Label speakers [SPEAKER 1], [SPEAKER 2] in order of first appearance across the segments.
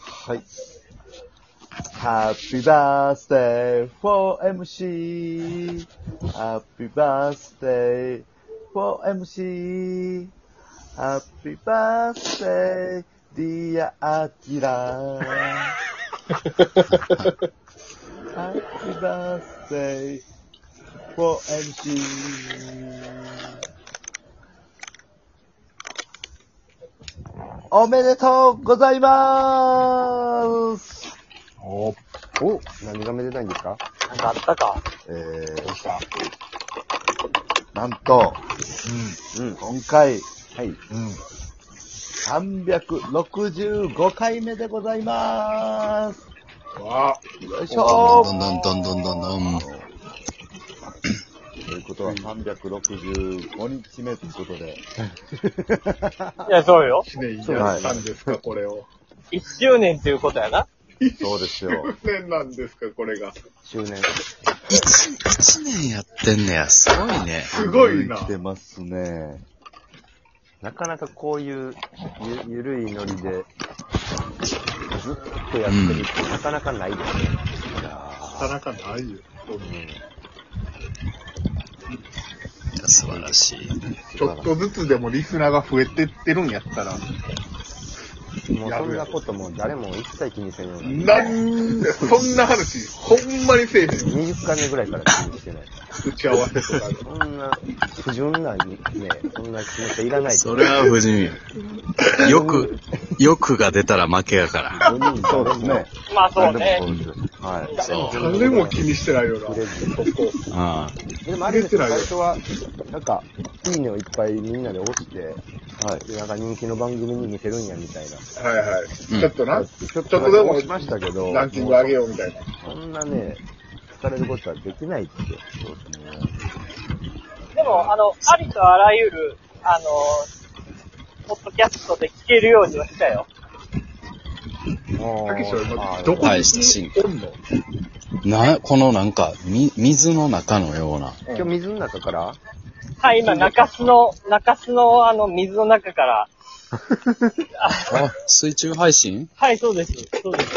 [SPEAKER 1] はい。Happy birthday for MC. Happy birthday for MC. Happy birthday, dear Akira. Happy birthday for MC. おめでとうございまーす
[SPEAKER 2] お
[SPEAKER 3] お何がめでたいんですか
[SPEAKER 2] なんかあったか。
[SPEAKER 1] えー
[SPEAKER 2] どうした
[SPEAKER 1] なんと、
[SPEAKER 3] うん。
[SPEAKER 1] 今回、
[SPEAKER 3] はい。
[SPEAKER 2] うん。うん。
[SPEAKER 1] 365回目でございまーす
[SPEAKER 2] わあ。
[SPEAKER 1] よいしょ
[SPEAKER 4] どんどんどんどんどんどん。
[SPEAKER 1] ーということは365日目ということで、
[SPEAKER 5] いや、そうよ。
[SPEAKER 2] 1年やったんですか、これを。
[SPEAKER 5] 一周年ということやな。
[SPEAKER 1] そうです よ。
[SPEAKER 2] 1年なんですか、これが。
[SPEAKER 3] 周年。
[SPEAKER 4] 一、一年やってんねや。すごいね。
[SPEAKER 2] すごいな。
[SPEAKER 1] 来てますね。
[SPEAKER 3] なかなかこういうゆゆるいノリで、ずっとやってるってなかなかないですね。
[SPEAKER 2] なかなかないよ。
[SPEAKER 4] 素晴らしい。
[SPEAKER 2] ちょっとずつでもリスナーが増えてってるんやったら、
[SPEAKER 3] もうそんなことも誰も一切気にせんように。
[SPEAKER 2] なんで、そんな話、ほんまにせえへん。
[SPEAKER 3] 20回目ぐらいから気にしてない。
[SPEAKER 2] 打ち合わせとかで。
[SPEAKER 3] そんな、不純なね、そんな気持ちはいらない。
[SPEAKER 4] それは藤見。よく、よくが出たら負けやから。
[SPEAKER 1] そうですね。
[SPEAKER 5] まあそうね。
[SPEAKER 1] はい。
[SPEAKER 4] そう。
[SPEAKER 2] 誰も気にしてないよな。
[SPEAKER 3] 触れず
[SPEAKER 2] そこ。
[SPEAKER 4] あ
[SPEAKER 3] でもあれですよ、最初は、なんか、いいねをいっぱいみんなで押して、はい。で、なんか人気の番組に見せるんや、みたいな。
[SPEAKER 2] はいはい。
[SPEAKER 4] うん
[SPEAKER 2] ちょっとな、
[SPEAKER 3] ちょっ
[SPEAKER 2] ちょっとでも
[SPEAKER 3] 押しましたけど、
[SPEAKER 2] ランキング上げようみたいな。
[SPEAKER 3] そんなね、疲れることはできないって。そうですね。
[SPEAKER 5] でも、あの、ありとあらゆる、あの、ポッドキャストで聞けるようにはしたよ。
[SPEAKER 2] たけしは今、ど
[SPEAKER 3] ど
[SPEAKER 2] こに
[SPEAKER 4] はい進
[SPEAKER 2] おんの
[SPEAKER 4] あ。な、このなんか、み、水の中のような。
[SPEAKER 3] 今日水の中から
[SPEAKER 5] はい、今、中洲の、中洲のあの、水の中から。
[SPEAKER 4] あ、水中配信
[SPEAKER 5] はい、そうです。そうです。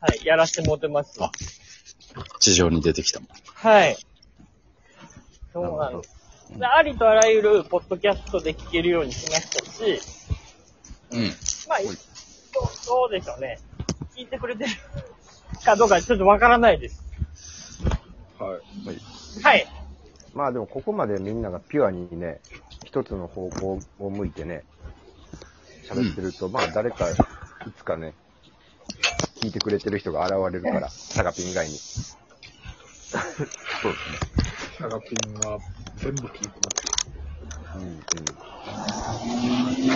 [SPEAKER 5] はい、やらせてもらってます。
[SPEAKER 4] あ地上に出てきたもん。
[SPEAKER 5] はい。そうなんです。でありとあらゆるポッドキャストで聞けるようにしましたし、
[SPEAKER 4] うん。
[SPEAKER 5] まあ、いどうどうでしょうね。聞いてくれてるかどうかちょっとわからないです。
[SPEAKER 2] はい。
[SPEAKER 5] はい。
[SPEAKER 3] まあでもここまでみんながピュアにね、一つの方向を向いてね、喋ってると、まあ誰か、いつかね、聞いてくれてる人が現れるから、サガピン以外に。
[SPEAKER 2] サガピンは全部聞いてます。
[SPEAKER 3] うん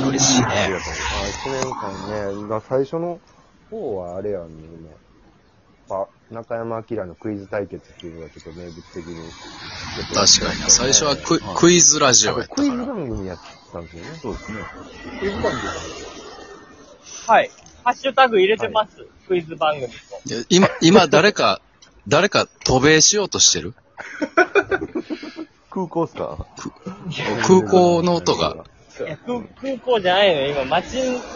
[SPEAKER 3] うん。
[SPEAKER 4] 嬉しい
[SPEAKER 3] あり
[SPEAKER 4] ね
[SPEAKER 3] が。とうあ、1年間ね、まあ最初の方はあれやんね、あ、中山明のクイズ対決っていうのがちょっと名物的に。
[SPEAKER 4] 確かにな。最初はクイクイズラジオやった
[SPEAKER 3] クイ
[SPEAKER 4] か
[SPEAKER 3] ズ
[SPEAKER 4] ら。
[SPEAKER 3] 番組やってたんですよね。
[SPEAKER 1] そうですね。
[SPEAKER 2] クイズ番組
[SPEAKER 5] はい。ハッシュタグ入れてます。クイズ番組と。
[SPEAKER 4] いや今、今誰か、誰か渡米しようとしてる
[SPEAKER 1] 空港っすか
[SPEAKER 4] 空港の音 が。
[SPEAKER 5] いや空空港じゃないのよ。今、街、今、中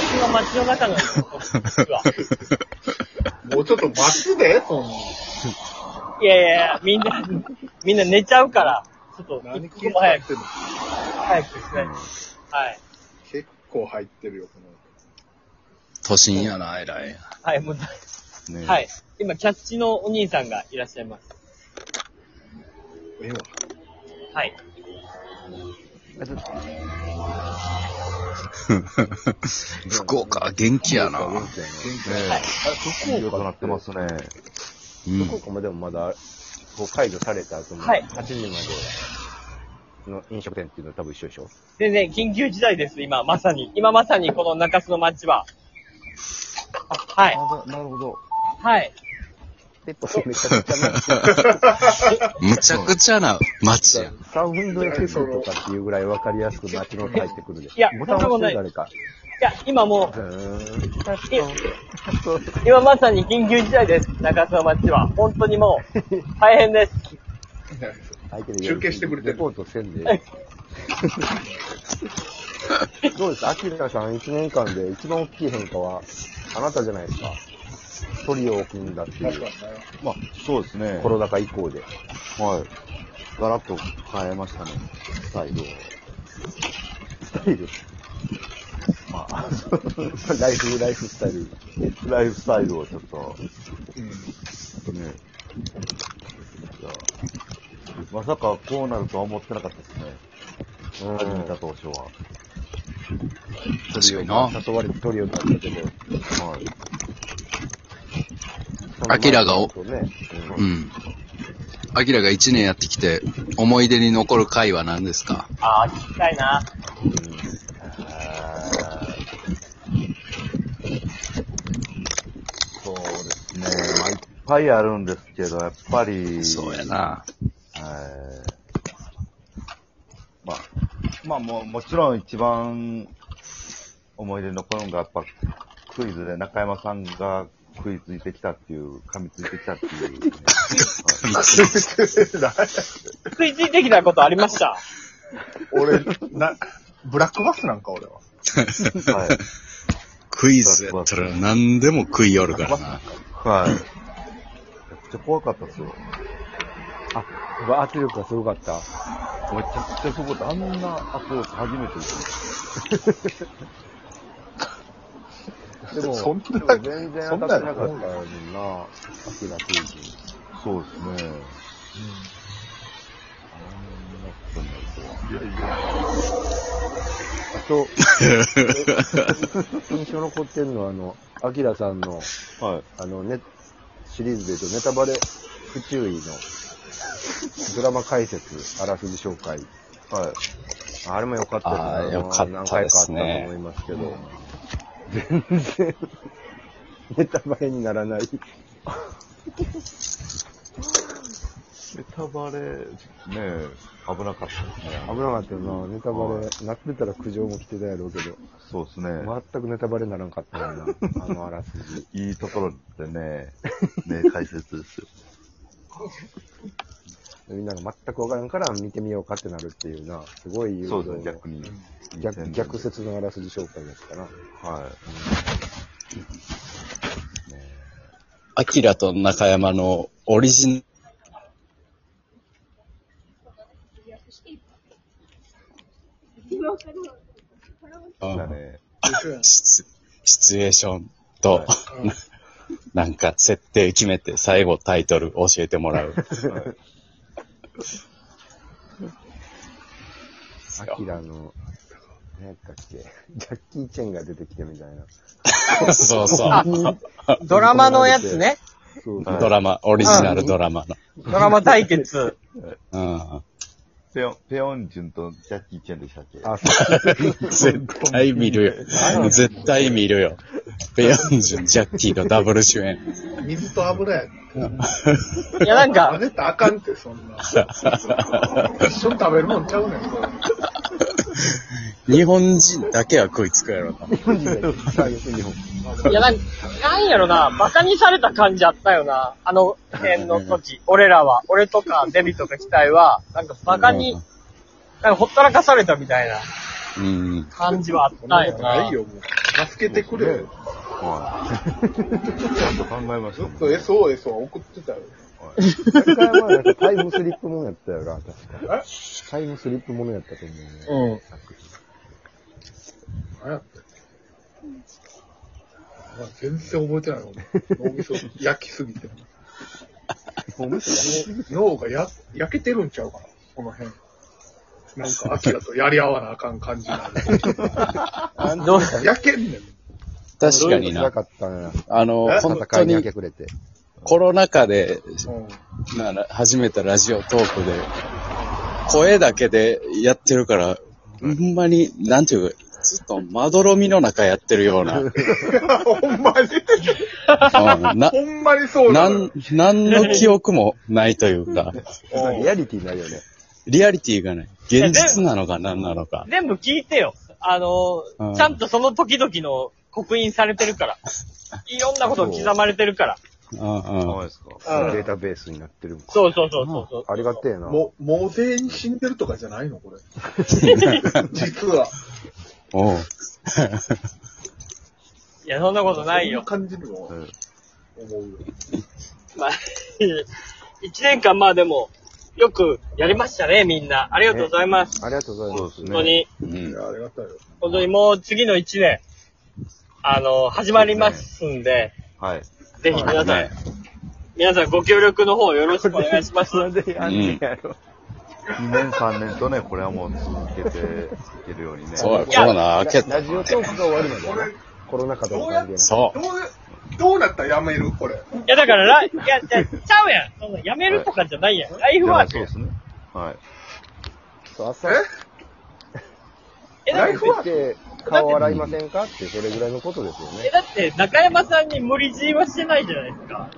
[SPEAKER 5] 洲の街の中なんですよ。僕 は
[SPEAKER 2] もうちょっと待つで、そんない
[SPEAKER 5] やいやいや、みんな、みんな寝ちゃうから、ちょっと、一
[SPEAKER 2] 何
[SPEAKER 5] 刻
[SPEAKER 2] 気
[SPEAKER 5] も
[SPEAKER 2] 使
[SPEAKER 5] 早
[SPEAKER 2] っ
[SPEAKER 5] く、
[SPEAKER 2] てんの
[SPEAKER 5] 早くしないと。はい。
[SPEAKER 2] 結構入ってるよ、この。
[SPEAKER 4] 都心やな、偉い。
[SPEAKER 5] はい、もうだ、
[SPEAKER 1] ね
[SPEAKER 5] はい。今、キャッチのお兄さんがいらっしゃいます。
[SPEAKER 2] ええわ。
[SPEAKER 5] はい。
[SPEAKER 4] 福岡、元気やな。
[SPEAKER 1] いい音鳴ってますね。
[SPEAKER 4] うん
[SPEAKER 3] 福岡もでもまだ、こう解除された後も、
[SPEAKER 5] はい
[SPEAKER 3] 8時までの飲食店っていうのは多分一緒でしょ
[SPEAKER 5] 全然、緊急事態です、今、まさに。今まさに、この中洲の街は。あはい。
[SPEAKER 1] あなるほど。
[SPEAKER 5] はい。
[SPEAKER 3] ペットめちゃくちゃな、
[SPEAKER 4] むちゃくちゃな街 や。
[SPEAKER 3] サウンドエフェクトとかっていうぐらい分かりやすく街の音入ってくるで。
[SPEAKER 5] いや
[SPEAKER 3] ボタン
[SPEAKER 5] そんなこと
[SPEAKER 3] 押
[SPEAKER 5] ない
[SPEAKER 3] して誰か。
[SPEAKER 5] いや、今も
[SPEAKER 3] うーん。
[SPEAKER 5] う、い 今まさに緊急事態です、中洲の街は。本当にもう、 大変です。
[SPEAKER 3] 相手 で
[SPEAKER 2] 中継してくれてる
[SPEAKER 3] レポートせんで。どうですかアキラさん1年間で一番大きい変化は、あなたじゃないですか。トリオを組んだっていう、
[SPEAKER 1] まあ、そうですね。
[SPEAKER 3] コロナ禍以降で。
[SPEAKER 1] はい。ガラッと変えましたね、スタイルを。
[SPEAKER 3] スタイル
[SPEAKER 1] まあ、
[SPEAKER 3] ライフ、ライフスタイル。
[SPEAKER 1] ライフスタイルをちょっと、ね。いやまさかこうなるとは思ってなかったですね。
[SPEAKER 3] うん
[SPEAKER 1] 始めた当初は。
[SPEAKER 4] 確かにな。
[SPEAKER 3] 誘われてトリオだったけど。
[SPEAKER 1] はい。
[SPEAKER 4] アキラがお
[SPEAKER 3] その前のことね
[SPEAKER 4] うん。アキラが一年やってきて、思い出に残る回は何ですか
[SPEAKER 5] ああ、聞きたいな。
[SPEAKER 1] そうですね。まあ、いっぱいあるんですけど、やっぱり、
[SPEAKER 4] そうやな。
[SPEAKER 1] えーまあ、まあもう、もちろん一番思い出に残るのが、やっぱクイズで中山さんが食いついてきたっていう、噛みついてきたっていう、ね。
[SPEAKER 5] 食いついてきたことありました。
[SPEAKER 2] 俺、な、ブラックバスなんか俺は。
[SPEAKER 1] はい。
[SPEAKER 4] クイズやったら何でも食いよるからな。
[SPEAKER 1] はい。めちゃくちゃ怖かったですよ。
[SPEAKER 3] うん。うわ圧力がすごかった。
[SPEAKER 1] めちゃくちゃすごい。あんな圧力初めてです。
[SPEAKER 3] で も、
[SPEAKER 2] そんな
[SPEAKER 3] でも全然当たってなかった
[SPEAKER 2] そ
[SPEAKER 3] も
[SPEAKER 2] ん
[SPEAKER 3] んな、アキラクイズ。
[SPEAKER 1] そうですね。あんなことになるとは。
[SPEAKER 3] あ と、印象残ってるのは、あの、アキラさんの、
[SPEAKER 1] はい。
[SPEAKER 3] あの、ね、シリーズで言うと、ネタバレ不注意の、ドラマ解説、あらすじ紹介。
[SPEAKER 1] はい。
[SPEAKER 3] あれも良かった
[SPEAKER 4] あー
[SPEAKER 3] よ
[SPEAKER 4] 良かった
[SPEAKER 3] 何回かあったと思いますけど、全然、 ネタバレにならない。
[SPEAKER 1] ネタバレ、ねえ、危なかったです
[SPEAKER 3] 危
[SPEAKER 1] ね。
[SPEAKER 3] なかったよな、ネタバレ、なってたら苦情も来てたやろうけど、
[SPEAKER 1] そうですね。
[SPEAKER 3] 全くネタバレにならんかったよな、 あのあらすじ。
[SPEAKER 1] いいところで ね、ね、解説ですよ。
[SPEAKER 3] みんなが全くわからんから見てみようかってなるっていうな、すごい
[SPEAKER 1] そ
[SPEAKER 3] 誘
[SPEAKER 1] うです
[SPEAKER 3] 導の
[SPEAKER 1] ね、逆に。
[SPEAKER 3] 逆逆説のあらすじ紹介だったな。
[SPEAKER 1] はい。ね
[SPEAKER 4] アキラと中山のオリジン、
[SPEAKER 1] え
[SPEAKER 4] うん
[SPEAKER 1] だね。
[SPEAKER 4] シチュシチュエーションと、なんか設定決めて最後タイトル教えてもらう。
[SPEAKER 3] アキラの、何やったっけ、ジ ャッキー・チェンが出てきてみたいな。
[SPEAKER 4] そうそう。
[SPEAKER 5] ドラマのやつね。
[SPEAKER 3] そうそう。
[SPEAKER 4] ドラマ、オリジナルドラマの。
[SPEAKER 5] ドラマ対決。
[SPEAKER 4] うん。
[SPEAKER 1] ペヨン、ペヨンジュンとジャッキー・チェンでしたっけ
[SPEAKER 3] あ、そう。
[SPEAKER 4] 絶対見るよ。絶対見る よ。ペヨンジュン、ジャッキーのダブル主演。
[SPEAKER 2] 水と油や。
[SPEAKER 5] いや、なんか、
[SPEAKER 2] 混ぜたらあかんって、そ んな。一緒に食べるもんちゃうねん、それ。
[SPEAKER 4] 日本人だけは食いつくやろな。
[SPEAKER 3] 日本人が最悪日本。
[SPEAKER 5] いや、なんなんやろな、馬鹿にされた感じあったよな。あの辺の時、俺らは、俺とかデビとか期待は、なんか馬鹿に、なんかほったらかされたみたいな
[SPEAKER 4] うん。
[SPEAKER 5] 感じはあったよ
[SPEAKER 2] な
[SPEAKER 5] な。
[SPEAKER 2] いよ、もう。助けてくれよ。
[SPEAKER 1] はい。ちゃんと考えまし
[SPEAKER 2] ず
[SPEAKER 1] た
[SPEAKER 2] っ
[SPEAKER 1] ね。
[SPEAKER 2] と SOS は送ってたよ。
[SPEAKER 3] 中山はなんかタイムスリップものやったよな、確か
[SPEAKER 2] え。
[SPEAKER 3] タイムスリップものやったと思うね。
[SPEAKER 5] うん。
[SPEAKER 2] 何やったっけあ全然覚えてないもん。脳 みそ焼きすぎて。脳がや焼けてるんちゃうかな、この辺。なんか、アキラとやり合わなあかん感じにな
[SPEAKER 5] どう
[SPEAKER 2] る。焼けんねん。
[SPEAKER 4] 確かに
[SPEAKER 3] 辛
[SPEAKER 4] な。
[SPEAKER 3] かったな。
[SPEAKER 4] あの、本
[SPEAKER 3] 戦
[SPEAKER 4] 当
[SPEAKER 3] いに明
[SPEAKER 4] に
[SPEAKER 3] け暮れて。
[SPEAKER 4] コロナ禍で
[SPEAKER 2] うん。
[SPEAKER 4] なら始めたラジオトークで、声だけでやってるから、ほんまに、なんていうか、ずっとまどろみの中やってるような。
[SPEAKER 2] ほんまに、
[SPEAKER 4] うんな
[SPEAKER 2] ほんまにそう
[SPEAKER 4] な
[SPEAKER 2] なのよ
[SPEAKER 4] ん、なんの記憶もないというか、
[SPEAKER 3] リアリティないよね。
[SPEAKER 4] リアリティがない。現実なのか何なのか。
[SPEAKER 5] 全部聞いてよ。あの
[SPEAKER 4] うん、
[SPEAKER 5] ちゃんとその時々の刻印されてるから。いろんなこと刻まれてるから。
[SPEAKER 4] うんうん。
[SPEAKER 1] そうですか。
[SPEAKER 5] うん
[SPEAKER 3] データベースになってるもん
[SPEAKER 5] そうそうそうそうそう。
[SPEAKER 3] ありがてえな。
[SPEAKER 2] も、猛勢に死んでるとかじゃないのこれ。実は。
[SPEAKER 4] おう。
[SPEAKER 5] いや、そんなことない
[SPEAKER 2] そん
[SPEAKER 5] よ。
[SPEAKER 2] 感じるのは
[SPEAKER 1] うん
[SPEAKER 2] 思うよ。
[SPEAKER 5] まあ、 一年間まあでも、よくやりましたね、みんな。ありがとうございます。
[SPEAKER 3] ありがとうございます。
[SPEAKER 1] ね
[SPEAKER 5] 本当に、
[SPEAKER 4] う
[SPEAKER 2] い
[SPEAKER 4] ん。
[SPEAKER 2] や、ありがたいよ。
[SPEAKER 5] 本当にもう次の一年、あの、始まりますんで、
[SPEAKER 1] はい。
[SPEAKER 5] ぜひ皆さん
[SPEAKER 4] ね、
[SPEAKER 5] 皆さんご協力の方よろしくお願いします。
[SPEAKER 3] それでやんねやろ。
[SPEAKER 1] 2年3年とね、これはもう続けていけるようにね。
[SPEAKER 4] そうや、
[SPEAKER 5] い
[SPEAKER 4] コ
[SPEAKER 5] や
[SPEAKER 4] ーナー開け
[SPEAKER 3] ラ
[SPEAKER 4] た。
[SPEAKER 3] ジオトークが終わるまでやな。コロナ禍との関係なく
[SPEAKER 4] そ
[SPEAKER 2] どう、どうなったらやめるこれ。
[SPEAKER 5] いや、だからラ、いや、いやちゃうやん。そのやめるとかじゃないやん。ライ
[SPEAKER 1] で
[SPEAKER 5] フ
[SPEAKER 1] も
[SPEAKER 5] ワー
[SPEAKER 1] そ
[SPEAKER 5] ク
[SPEAKER 1] う
[SPEAKER 5] や
[SPEAKER 1] で
[SPEAKER 5] ん。
[SPEAKER 1] すね。はい。
[SPEAKER 3] そう、朝
[SPEAKER 2] え
[SPEAKER 5] え、だっ
[SPEAKER 2] ライ
[SPEAKER 5] て
[SPEAKER 2] フワーク
[SPEAKER 3] で顔洗いませんかって、それぐらいのことですよ
[SPEAKER 5] え、
[SPEAKER 3] ね。
[SPEAKER 5] だって中山さんに無理強いはしてないじゃないですか。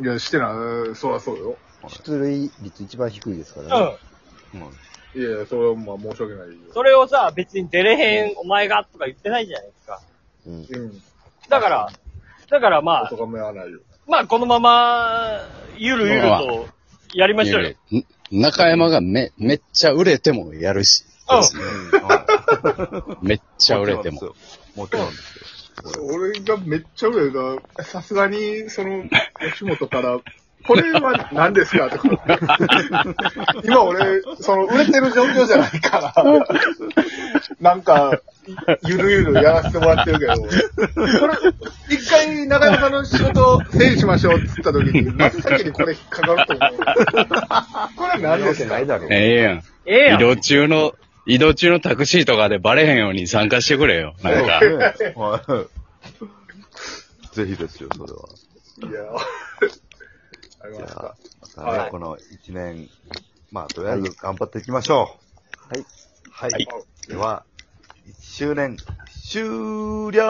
[SPEAKER 3] うん。
[SPEAKER 2] いや、してない。そらそうよ。
[SPEAKER 3] 出塁率一番低いですか
[SPEAKER 5] う
[SPEAKER 3] らね。
[SPEAKER 5] ん。
[SPEAKER 1] うん
[SPEAKER 2] いやいや、それはまあ申し訳ないよ。
[SPEAKER 5] それをさ、別に出れへん、お前がとか言ってないじゃないですか。
[SPEAKER 3] うん。
[SPEAKER 2] うん。
[SPEAKER 5] だから、だからまあ
[SPEAKER 2] お、咎めはないよ。
[SPEAKER 5] まあこのまま、ゆるゆるとやりましょうよ。
[SPEAKER 4] ん中山がめ、めっちゃ売れてもやるし。
[SPEAKER 5] うん
[SPEAKER 4] ですね
[SPEAKER 1] はい
[SPEAKER 4] めっちゃ売れて も。。
[SPEAKER 1] もちろんですよ。
[SPEAKER 2] 俺がめっちゃ売れた、さすがに、その、吉本から、これは何ですかとか。今俺、その、売れてる状況じゃないから、なんか、ゆるゆるやらせてもらってるけど、これ、一回中山さんの仕事整理しましょうって言った時に、真っ先にこれ引っかかると思 う。これ
[SPEAKER 3] あ
[SPEAKER 2] 何
[SPEAKER 3] るわ
[SPEAKER 2] で
[SPEAKER 3] け
[SPEAKER 2] す
[SPEAKER 3] な
[SPEAKER 2] か
[SPEAKER 3] いだろう。
[SPEAKER 4] ええやん。
[SPEAKER 5] ええや
[SPEAKER 4] 移
[SPEAKER 5] ん。
[SPEAKER 4] 動中の、移動中のタクシーとかでバレへんように参加してくれよ。なんか。
[SPEAKER 1] はい。ぜひですよ、それは。
[SPEAKER 2] いや、あり
[SPEAKER 1] じゃ
[SPEAKER 2] まし
[SPEAKER 1] あ
[SPEAKER 2] た。、
[SPEAKER 1] またね、この一年、まあ、とりあえず頑張っていきましょう。
[SPEAKER 3] はい。
[SPEAKER 1] はい。では、1周年、終了